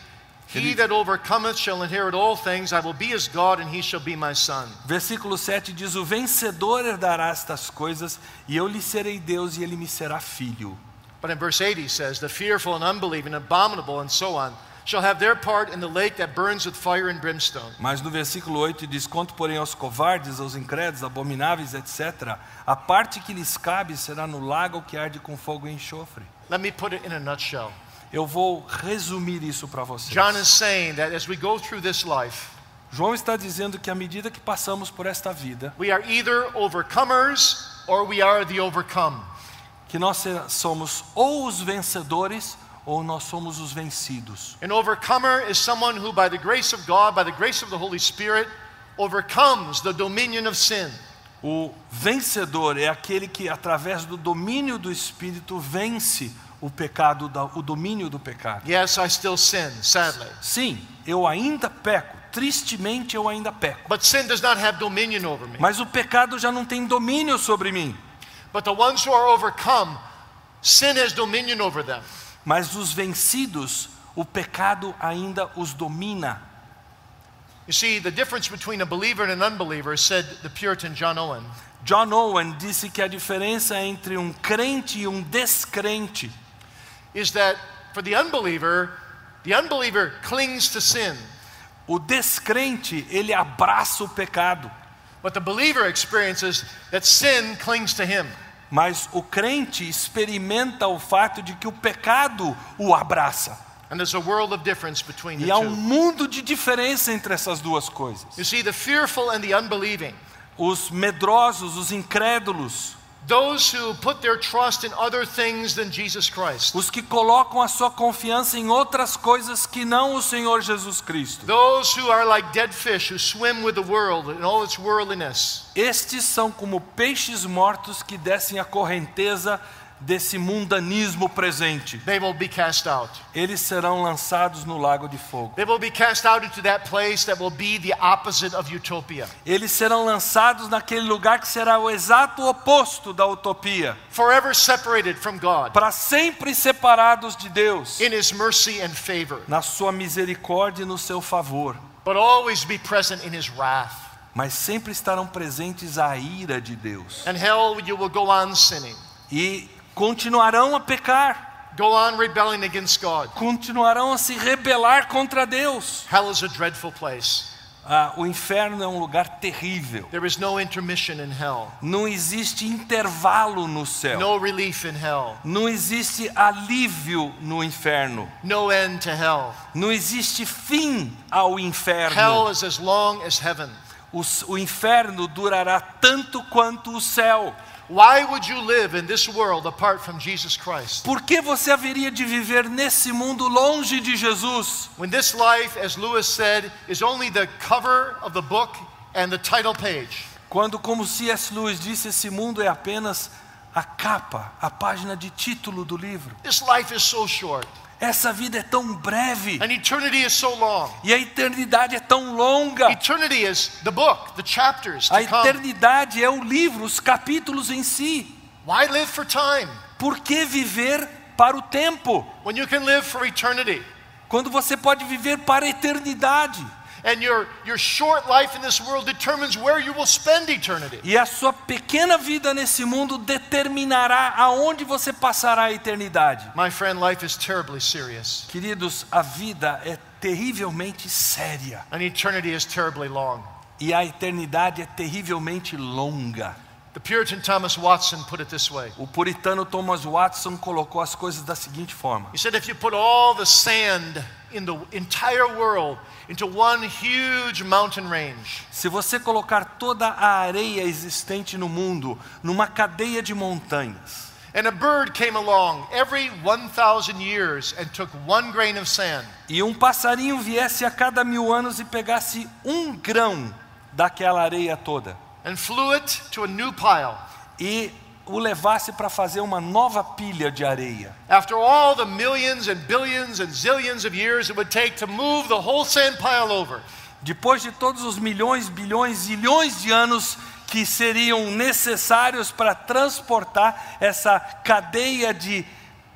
He that overcometh shall inherit all things. I will be his God, and he shall be my son. Versículo 7 diz: O vencedor herdará estas coisas, e eu lhe serei Deus, e ele me será filho. But in verse 8 he says, The fearful and unbelieving, abominable, and so on, shall have their part in the lake that burns with fire and brimstone. Mas no versículo 8 diz: Quanto, porém, aos covardes, aos incrédulos, abomináveis, etc., a parte que lhes cabe será no lago que arde com fogo e enxofre. Let me put it in a nutshell. Eu vou resumir isso para vocês. John is saying that as we go through this life, João está dizendo que à medida que passamos por esta vida, we are either overcomers or we are the overcome. que nós se- somos ou os vencedores ou nós somos os vencidos. An overcomer is someone who, by the grace of God, by the grace of the Holy Spirit, overcomes the dominion of sin. O vencedor é aquele que, através do domínio do Espírito, vence o pecado, da- o domínio do pecado. Yes, I still sin, sadly. Sim, eu ainda peco, tristemente eu ainda peco. But sin does not have dominion over me. Mas o pecado já não tem domínio sobre mim. But the ones who are overcome, sin has dominion over them. Mas os vencidos, o pecado ainda os domina. You see, the difference between a believer and an unbeliever, said the Puritan John Owen, John Owen disse que a diferença entre um crente e um descrente is that for the unbeliever, the unbeliever clings to sin, O descrente, ele abraça o pecado, but the believer experiences that sin clings to him. mas o crente experimenta o fato de que o pecado o abraça. And there's a world of difference between the E há um two. mundo de diferença entre essas duas coisas. You see, the fearful and the unbelieving, Os medrosos, os incrédulos, those who put their trust in other things than Jesus Christ, os que colocam a sua confiança em outras coisas que não o Senhor Jesus Cristo. those who are like dead fish who swim with the world and all its worldliness, Estes são como peixes mortos que descem a correnteza desse mundanismo presente. they will be cast out. Eles serão lançados no lago de fogo. They will be cast out into that place that will be the opposite of utopia. Eles serão lançados naquele lugar que será o exato oposto da utopia, forever separated from God para sempre separados de Deus, in His mercy and favor, na sua misericórdia e no seu favor, but always be present in His wrath. mas sempre estarão presentes à ira de Deus And hell, you will go on sinning, e continuarão a pecar, go on rebelling against God. continuarão a se rebelar contra Deus. Hell is a dreadful place. Ah, o inferno é um lugar terrível. There is no intermission in hell, Não existe intervalo no céu. no relief in hell, Não existe alívio no inferno. no end to hell. Não existe fim ao inferno. Hell is as long as heaven. O, s- o inferno durará tanto quanto o céu. Why would you live in this world apart from Jesus Christ? Por que você haveria de viver nesse mundo longe de Jesus? When this life, as Lewis said, is only the cover of the book and the title page. Quando, como C.S. Lewis disse, esse mundo é apenas a capa, a página de título do livro. This life is so short, Essa vida é tão breve and eternity is so long. e a eternidade é tão [laughs] longa. Eternity is the book, the chapters A to come. eternidade é o livro, os capítulos em si. Why live for time? Por que viver para o tempo, when you can live for eternity. quando você pode viver para a eternidade. And your, your short life in this world determines where you will spend eternity. E a sua pequena vida nesse mundo determinará aonde você passará a eternidade. My friend, life is terribly serious, Queridos, a vida é terrivelmente séria and eternity is terribly long. e a eternidade é terrivelmente longa. The Puritan Thomas Watson put it this way O puritano Thomas Watson colocou as coisas da seguinte forma: He said, if you put all the sand in the entire world into one huge mountain range, Se você colocar toda a areia existente no mundo numa cadeia de montanhas, and a bird came along every 1,000 years and took one grain of sand, e um passarinho viesse a cada mil anos e pegasse um grão daquela areia toda and flew it to a new pile. e o levasse para fazer uma nova pilha de areia. After all the millions and billions and zillions of years it would take to move the whole sand pile over, Depois de todos os milhões, bilhões, zilhões de anos que seriam necessários para transportar essa cadeia de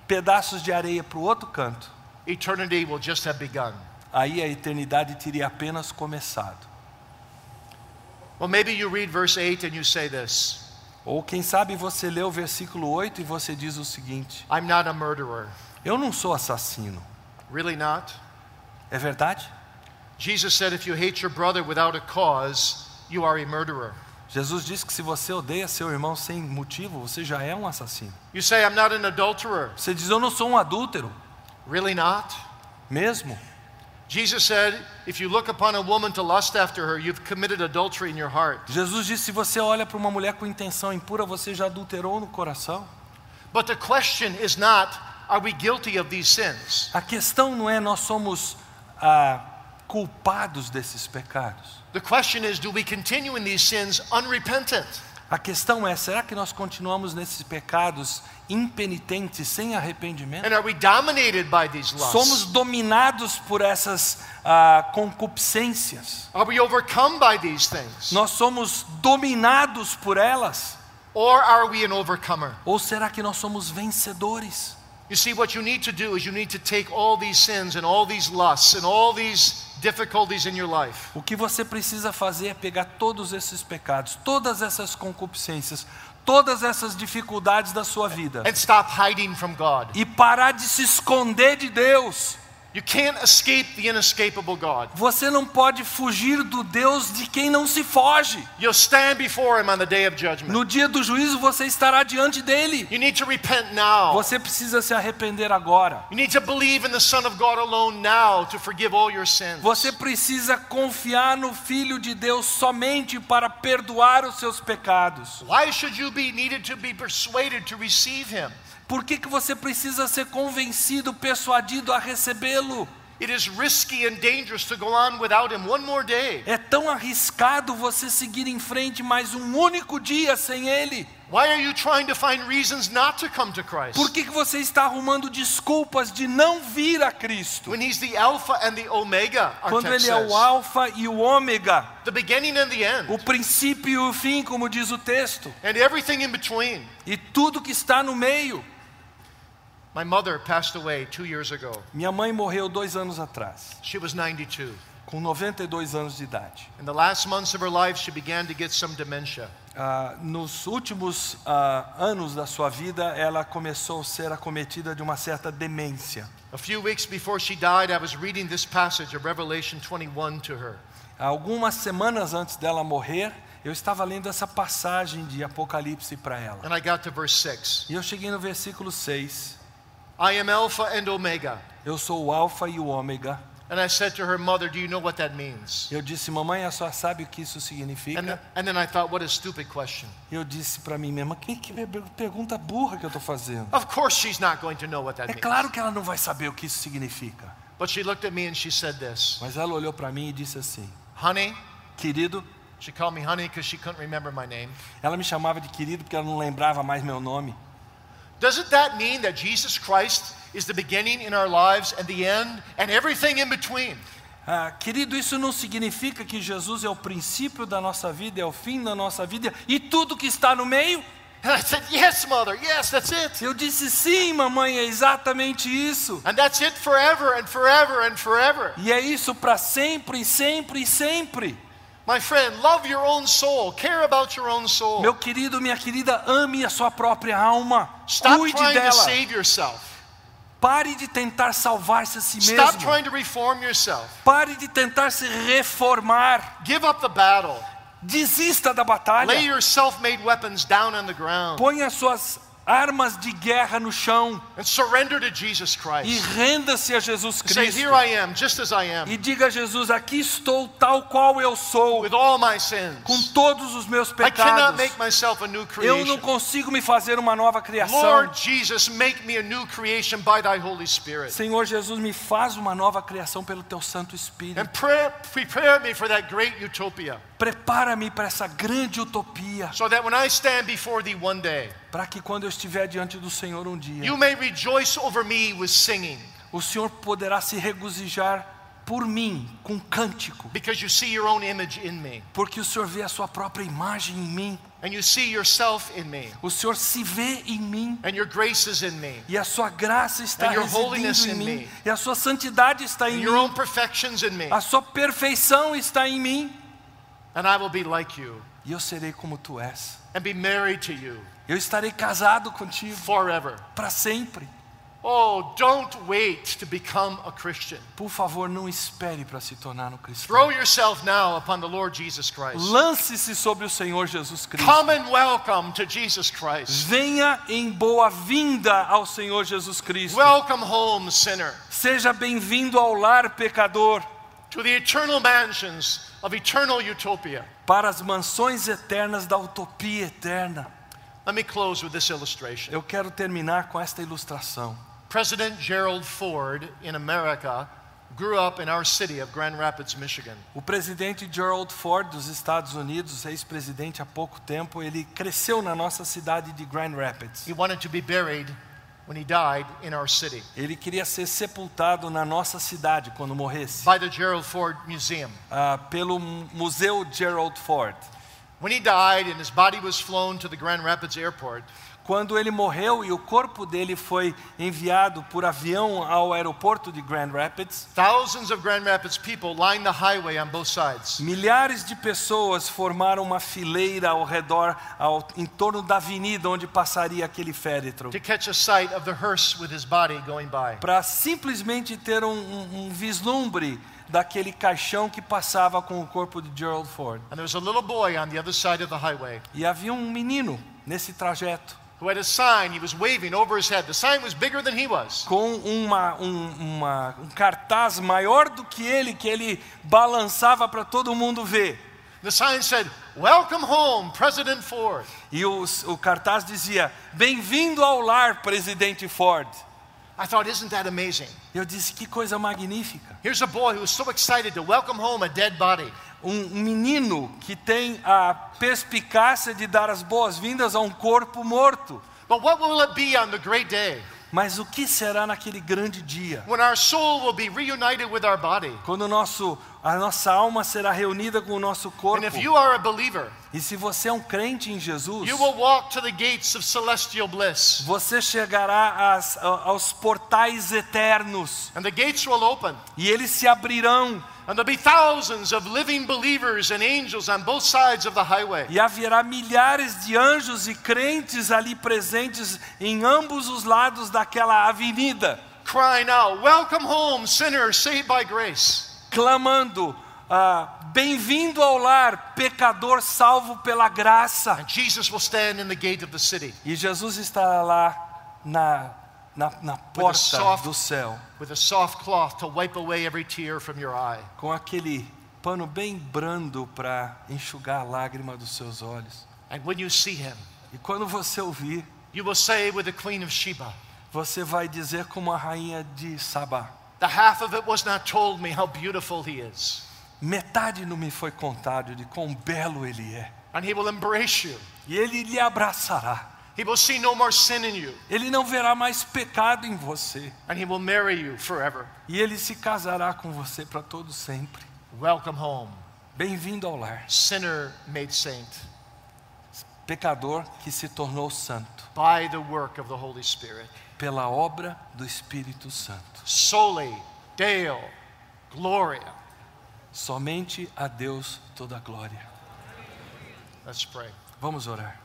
pedaços de areia para o outro canto, eternity will just have begun. aí a eternidade teria apenas começado. Well, maybe you read verse 8 and you say this Ou quem sabe você lê o versículo 8 e você diz o seguinte: I'm not a murderer. Eu não sou assassino. Really not? É verdade? Jesus said, If you hate your brother without a cause, you are a murderer. Jesus disse que se você odeia seu irmão sem motivo, você já é um assassino. You say, I'm not an adulterer. Você diz: Eu não sou um adúltero. Really not? Mesmo? Jesus said, If you look upon a woman to lust after her, you've committed adultery in your heart. Jesus disse: Se você olha para uma mulher com intenção impura, você já adulterou no coração. But the question is not, Are we guilty of these sins? A questão não é nós somos ah, culpados desses pecados. The question is, Do we continue in these sins unrepentant? A questão é: será que nós continuamos nesses pecados impenitentes, sem arrependimento? And are we dominated by these Somos lusts? dominados por essas ah, concupiscências. Are we overcome by these things? Nós somos dominados por elas. Or are we an overcomer? Ou será que nós somos vencedores? You see, what you need to do is you need to take all these sins and all these lusts and all these difficulties in your life, O que você precisa fazer é pegar todos esses pecados, todas essas concupiscências, todas essas dificuldades da sua vida and stop hiding from God. e parar de se esconder de Deus. You can't escape the inescapable God. Você não pode fugir do Deus de quem não se foge. You'll stand before Him on the day of judgment. No dia do juízo você estará diante dele. You need to repent now. Você precisa se arrepender agora. You need to believe in the Son of God alone now to forgive all your sins. Você precisa confiar no Filho de Deus somente para perdoar os seus pecados. Why should you be needed to be persuaded to receive Him? Por que, que você precisa ser convencido, persuadido a recebê-lo? It is risky and dangerous to go on without Him one more day. É tão arriscado você seguir em frente mais um único dia sem ele. Why are you trying to find reasons not to come to Christ? Por que, que você está arrumando desculpas de não vir a Cristo? When he's the Alpha and the Omega, our Quando text ele é o says. Alfa e o Ômega, The beginning and the end. o princípio e o fim, como diz o texto, And everything in between. e tudo que está no meio. My mother passed away two years ago. Minha mãe morreu dois anos atrás, She was 92. com 92 anos de idade. In the last months of her life, she began to get some dementia. Ah, nos últimos ah, anos da sua vida, ela começou a ser acometida de uma certa demência. A few weeks before she died, I was reading this passage of Revelation 21 to her. Algumas semanas antes dela morrer, eu estava lendo essa passagem de Apocalipse para ela. And I got to verse 6. E eu cheguei no versículo 6. I am Alpha and Omega. Eu sou o Alfa e o Ômega. And I said to her mother, Do you know what that means? Eu disse, mamãe, a senhora sabe o que isso significa? And, th- and then I thought, What a stupid question. E eu disse para mim mesma, que, que per- pergunta burra que eu estou fazendo. Of course, she's not going to know what that É means. claro que ela não vai saber o que isso significa. But she looked at me and she said this Mas ela olhou para mim e disse assim, Honey, querido, She called me honey because she couldn't remember my name. ela me chamava de querido porque ela não lembrava mais meu nome. Doesn't that mean that Jesus Christ is the beginning in our lives and the end and everything in between? Ah, querido, isso não significa que Jesus é o princípio da nossa vida, é o fim da nossa vida e tudo que está no meio? And I said, Yes, mother, yes, that's it. Eu disse, sim, mamãe, é exatamente isso. And that's it forever and forever and forever. E é isso para sempre, sempre e sempre. My friend, love your own soul. Care about your own soul. Meu querido, minha querida, ame a sua própria alma. Stop Cuide trying to dela. save yourself. Pare de tentar salvar-se a si Stop mesmo. trying to reform yourself. Pare de tentar se reformar. Give up the battle. Desista da batalha. Lay your self made weapons down on the ground Põe as suas armas de guerra no chão and surrender to Jesus e Christ. renda-se a Jesus Say, Cristo. Here I am, just as I am, E diga a Jesus: Aqui estou tal qual eu sou, with all my com sins. todos os meus I cannot pecados. make myself a new Eu não creation. consigo me fazer uma nova criação. Lord Jesus, make me a new creation by thy Holy Spirit. Senhor Jesus, me faz uma nova criação pelo teu Santo Espírito. And pray, prepare me for that great utopia, Prepara-me para essa grande utopia, so that when I stand before thee one day, para que quando eu estiver diante do Senhor um dia, you may rejoice over me with singing, o Senhor poderá se regozijar por mim com cântico, because you see your own image in me, porque o Senhor vê a sua própria imagem em mim, and you see yourself in me, o Senhor se vê em mim. and your grace is in me, E a sua graça está And your holiness residindo em in mim. me. E a sua santidade está and em your mim. own perfections in me, A sua perfeição está em mim. and I will be like you, E eu serei como tu és. and be married to you Eu estarei casado contigo forever. para sempre. Oh, don't wait to become a Christian. Por favor, não espere para se tornar um cristão. Throw yourself now upon the Lord Jesus Christ. Lance-se sobre o Senhor Jesus Cristo. Come and welcome to Jesus Christ. Venha em boa-vinda ao Senhor Jesus Cristo. Welcome home, sinner, Seja bem-vindo ao lar pecador, to the eternal mansions of eternal utopia. para as mansões eternas da utopia eterna. Let me close with this illustration. Eu quero terminar com esta ilustração. President Gerald Ford in America grew up in our city of Grand Rapids, Michigan. O presidente Gerald Ford dos Estados Unidos, ex-presidente há pouco tempo, ele cresceu na nossa cidade de Grand Rapids. He wanted to be buried when he died in our city Ele queria ser sepultado na nossa cidade quando morresse, by the Gerald Ford Museum. ah, pelo Museu Gerald Ford. When he died and his body was flown to the Grand Rapids airport, Quando ele morreu e o corpo dele foi enviado por avião ao aeroporto de Grand Rapids, thousands of Grand Rapids people lined the highway on both sides. milhares de pessoas formaram uma fileira ao redor, ao, em torno da avenida onde passaria aquele féretro. To catch a sight of the hearse with his body going by. para simplesmente ter um, um- um vislumbre daquele caixão que passava com o corpo de Gerald Ford. And there was a little boy on the other side of the highway E havia um menino nesse trajeto who had a sign he was waving over his head. The sign was bigger than he was. com uma, um, uma- um cartaz maior do que ele, que ele balançava para todo mundo ver. The sign said, Welcome home, President Ford. E os- o cartaz dizia: Bem-vindo ao lar, presidente Ford. I thought, isn't that amazing? Eu disse: Que coisa magnífica. Here's a boy who was so excited to welcome home a dead body. Um um menino que tem a perspicácia de dar as boas-vindas a um corpo morto. But what will it be on the great day Mas o que será naquele grande dia? when our soul will be reunited with our body? Quando o nosso, a nossa alma será reunida com o nosso And corpo. if you are a believer, E se você é um crente em Jesus, you will walk to the gates of celestial bliss, você chegará às- a- aos portais eternos. and the gates will open, E eles se abrirão. and there'll be thousands of living believers and angels on both sides of the highway. E haverá milhares de anjos e crentes ali presentes em ambos os lados daquela avenida, crying out, Welcome home, sinner saved by grace. clamando: ah, Bem-vindo ao lar, pecador salvo pela graça. And Jesus will stand in the gate of the city E Jesus estará lá na, na, na porta soft- do céu, with a soft cloth to wipe away every tear from your eye. com aquele pano bem brando para enxugar a lágrima dos seus olhos. And when you see him, E quando você ouvir, you will say with the Queen of Sheba, você vai dizer como a rainha de Sabá: The half of it was not told me how beautiful he is. metade não me foi contado de quão belo ele é. And he will embrace you. E ele lhe abraçará. He will see no more sin in you. Ele não verá mais pecado em você. And he will marry you forever. E ele se casará com você para todo sempre. Welcome home, Bem-vindo ao lar, sinner made saint. pecador que se tornou santo by the work of the Holy Spirit. pela obra do Espírito Santo. Soli Deo Gloria. Somente a Deus toda a glória. Let's pray. Vamos orar.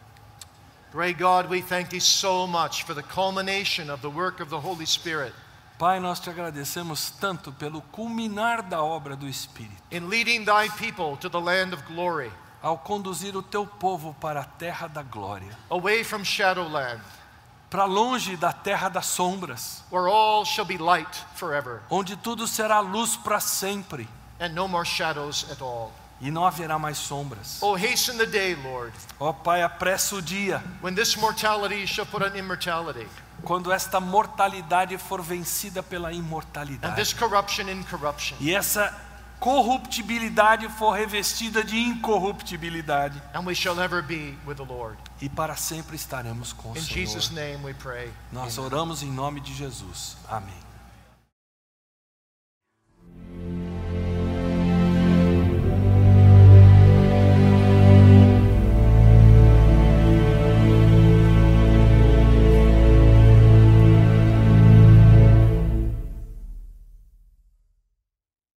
Great God, we thank thee so much for the culmination of the work of the Holy Spirit Pai, nós te agradecemos tanto pelo culminar da obra do Espírito, in leading thy people to the land of glory, ao conduzir o teu povo para a terra da glória, away from shadowland, para longe da terra das sombras, where all shall be light forever onde tudo será luz para sempre and no more shadows at all. e não haverá mais sombras. Oh, hasten the day, Lord, Ó Pai, apressa o dia when this mortality shall put on immortality, quando esta mortalidade for vencida pela and imortalidade this corruption in corruption, e essa corruptibilidade for revestida de incorruptibilidade and we shall ever be with the Lord. e para sempre estaremos com o In Senhor. Jesus' name we pray. Nós oramos em nome de Jesus. Amém.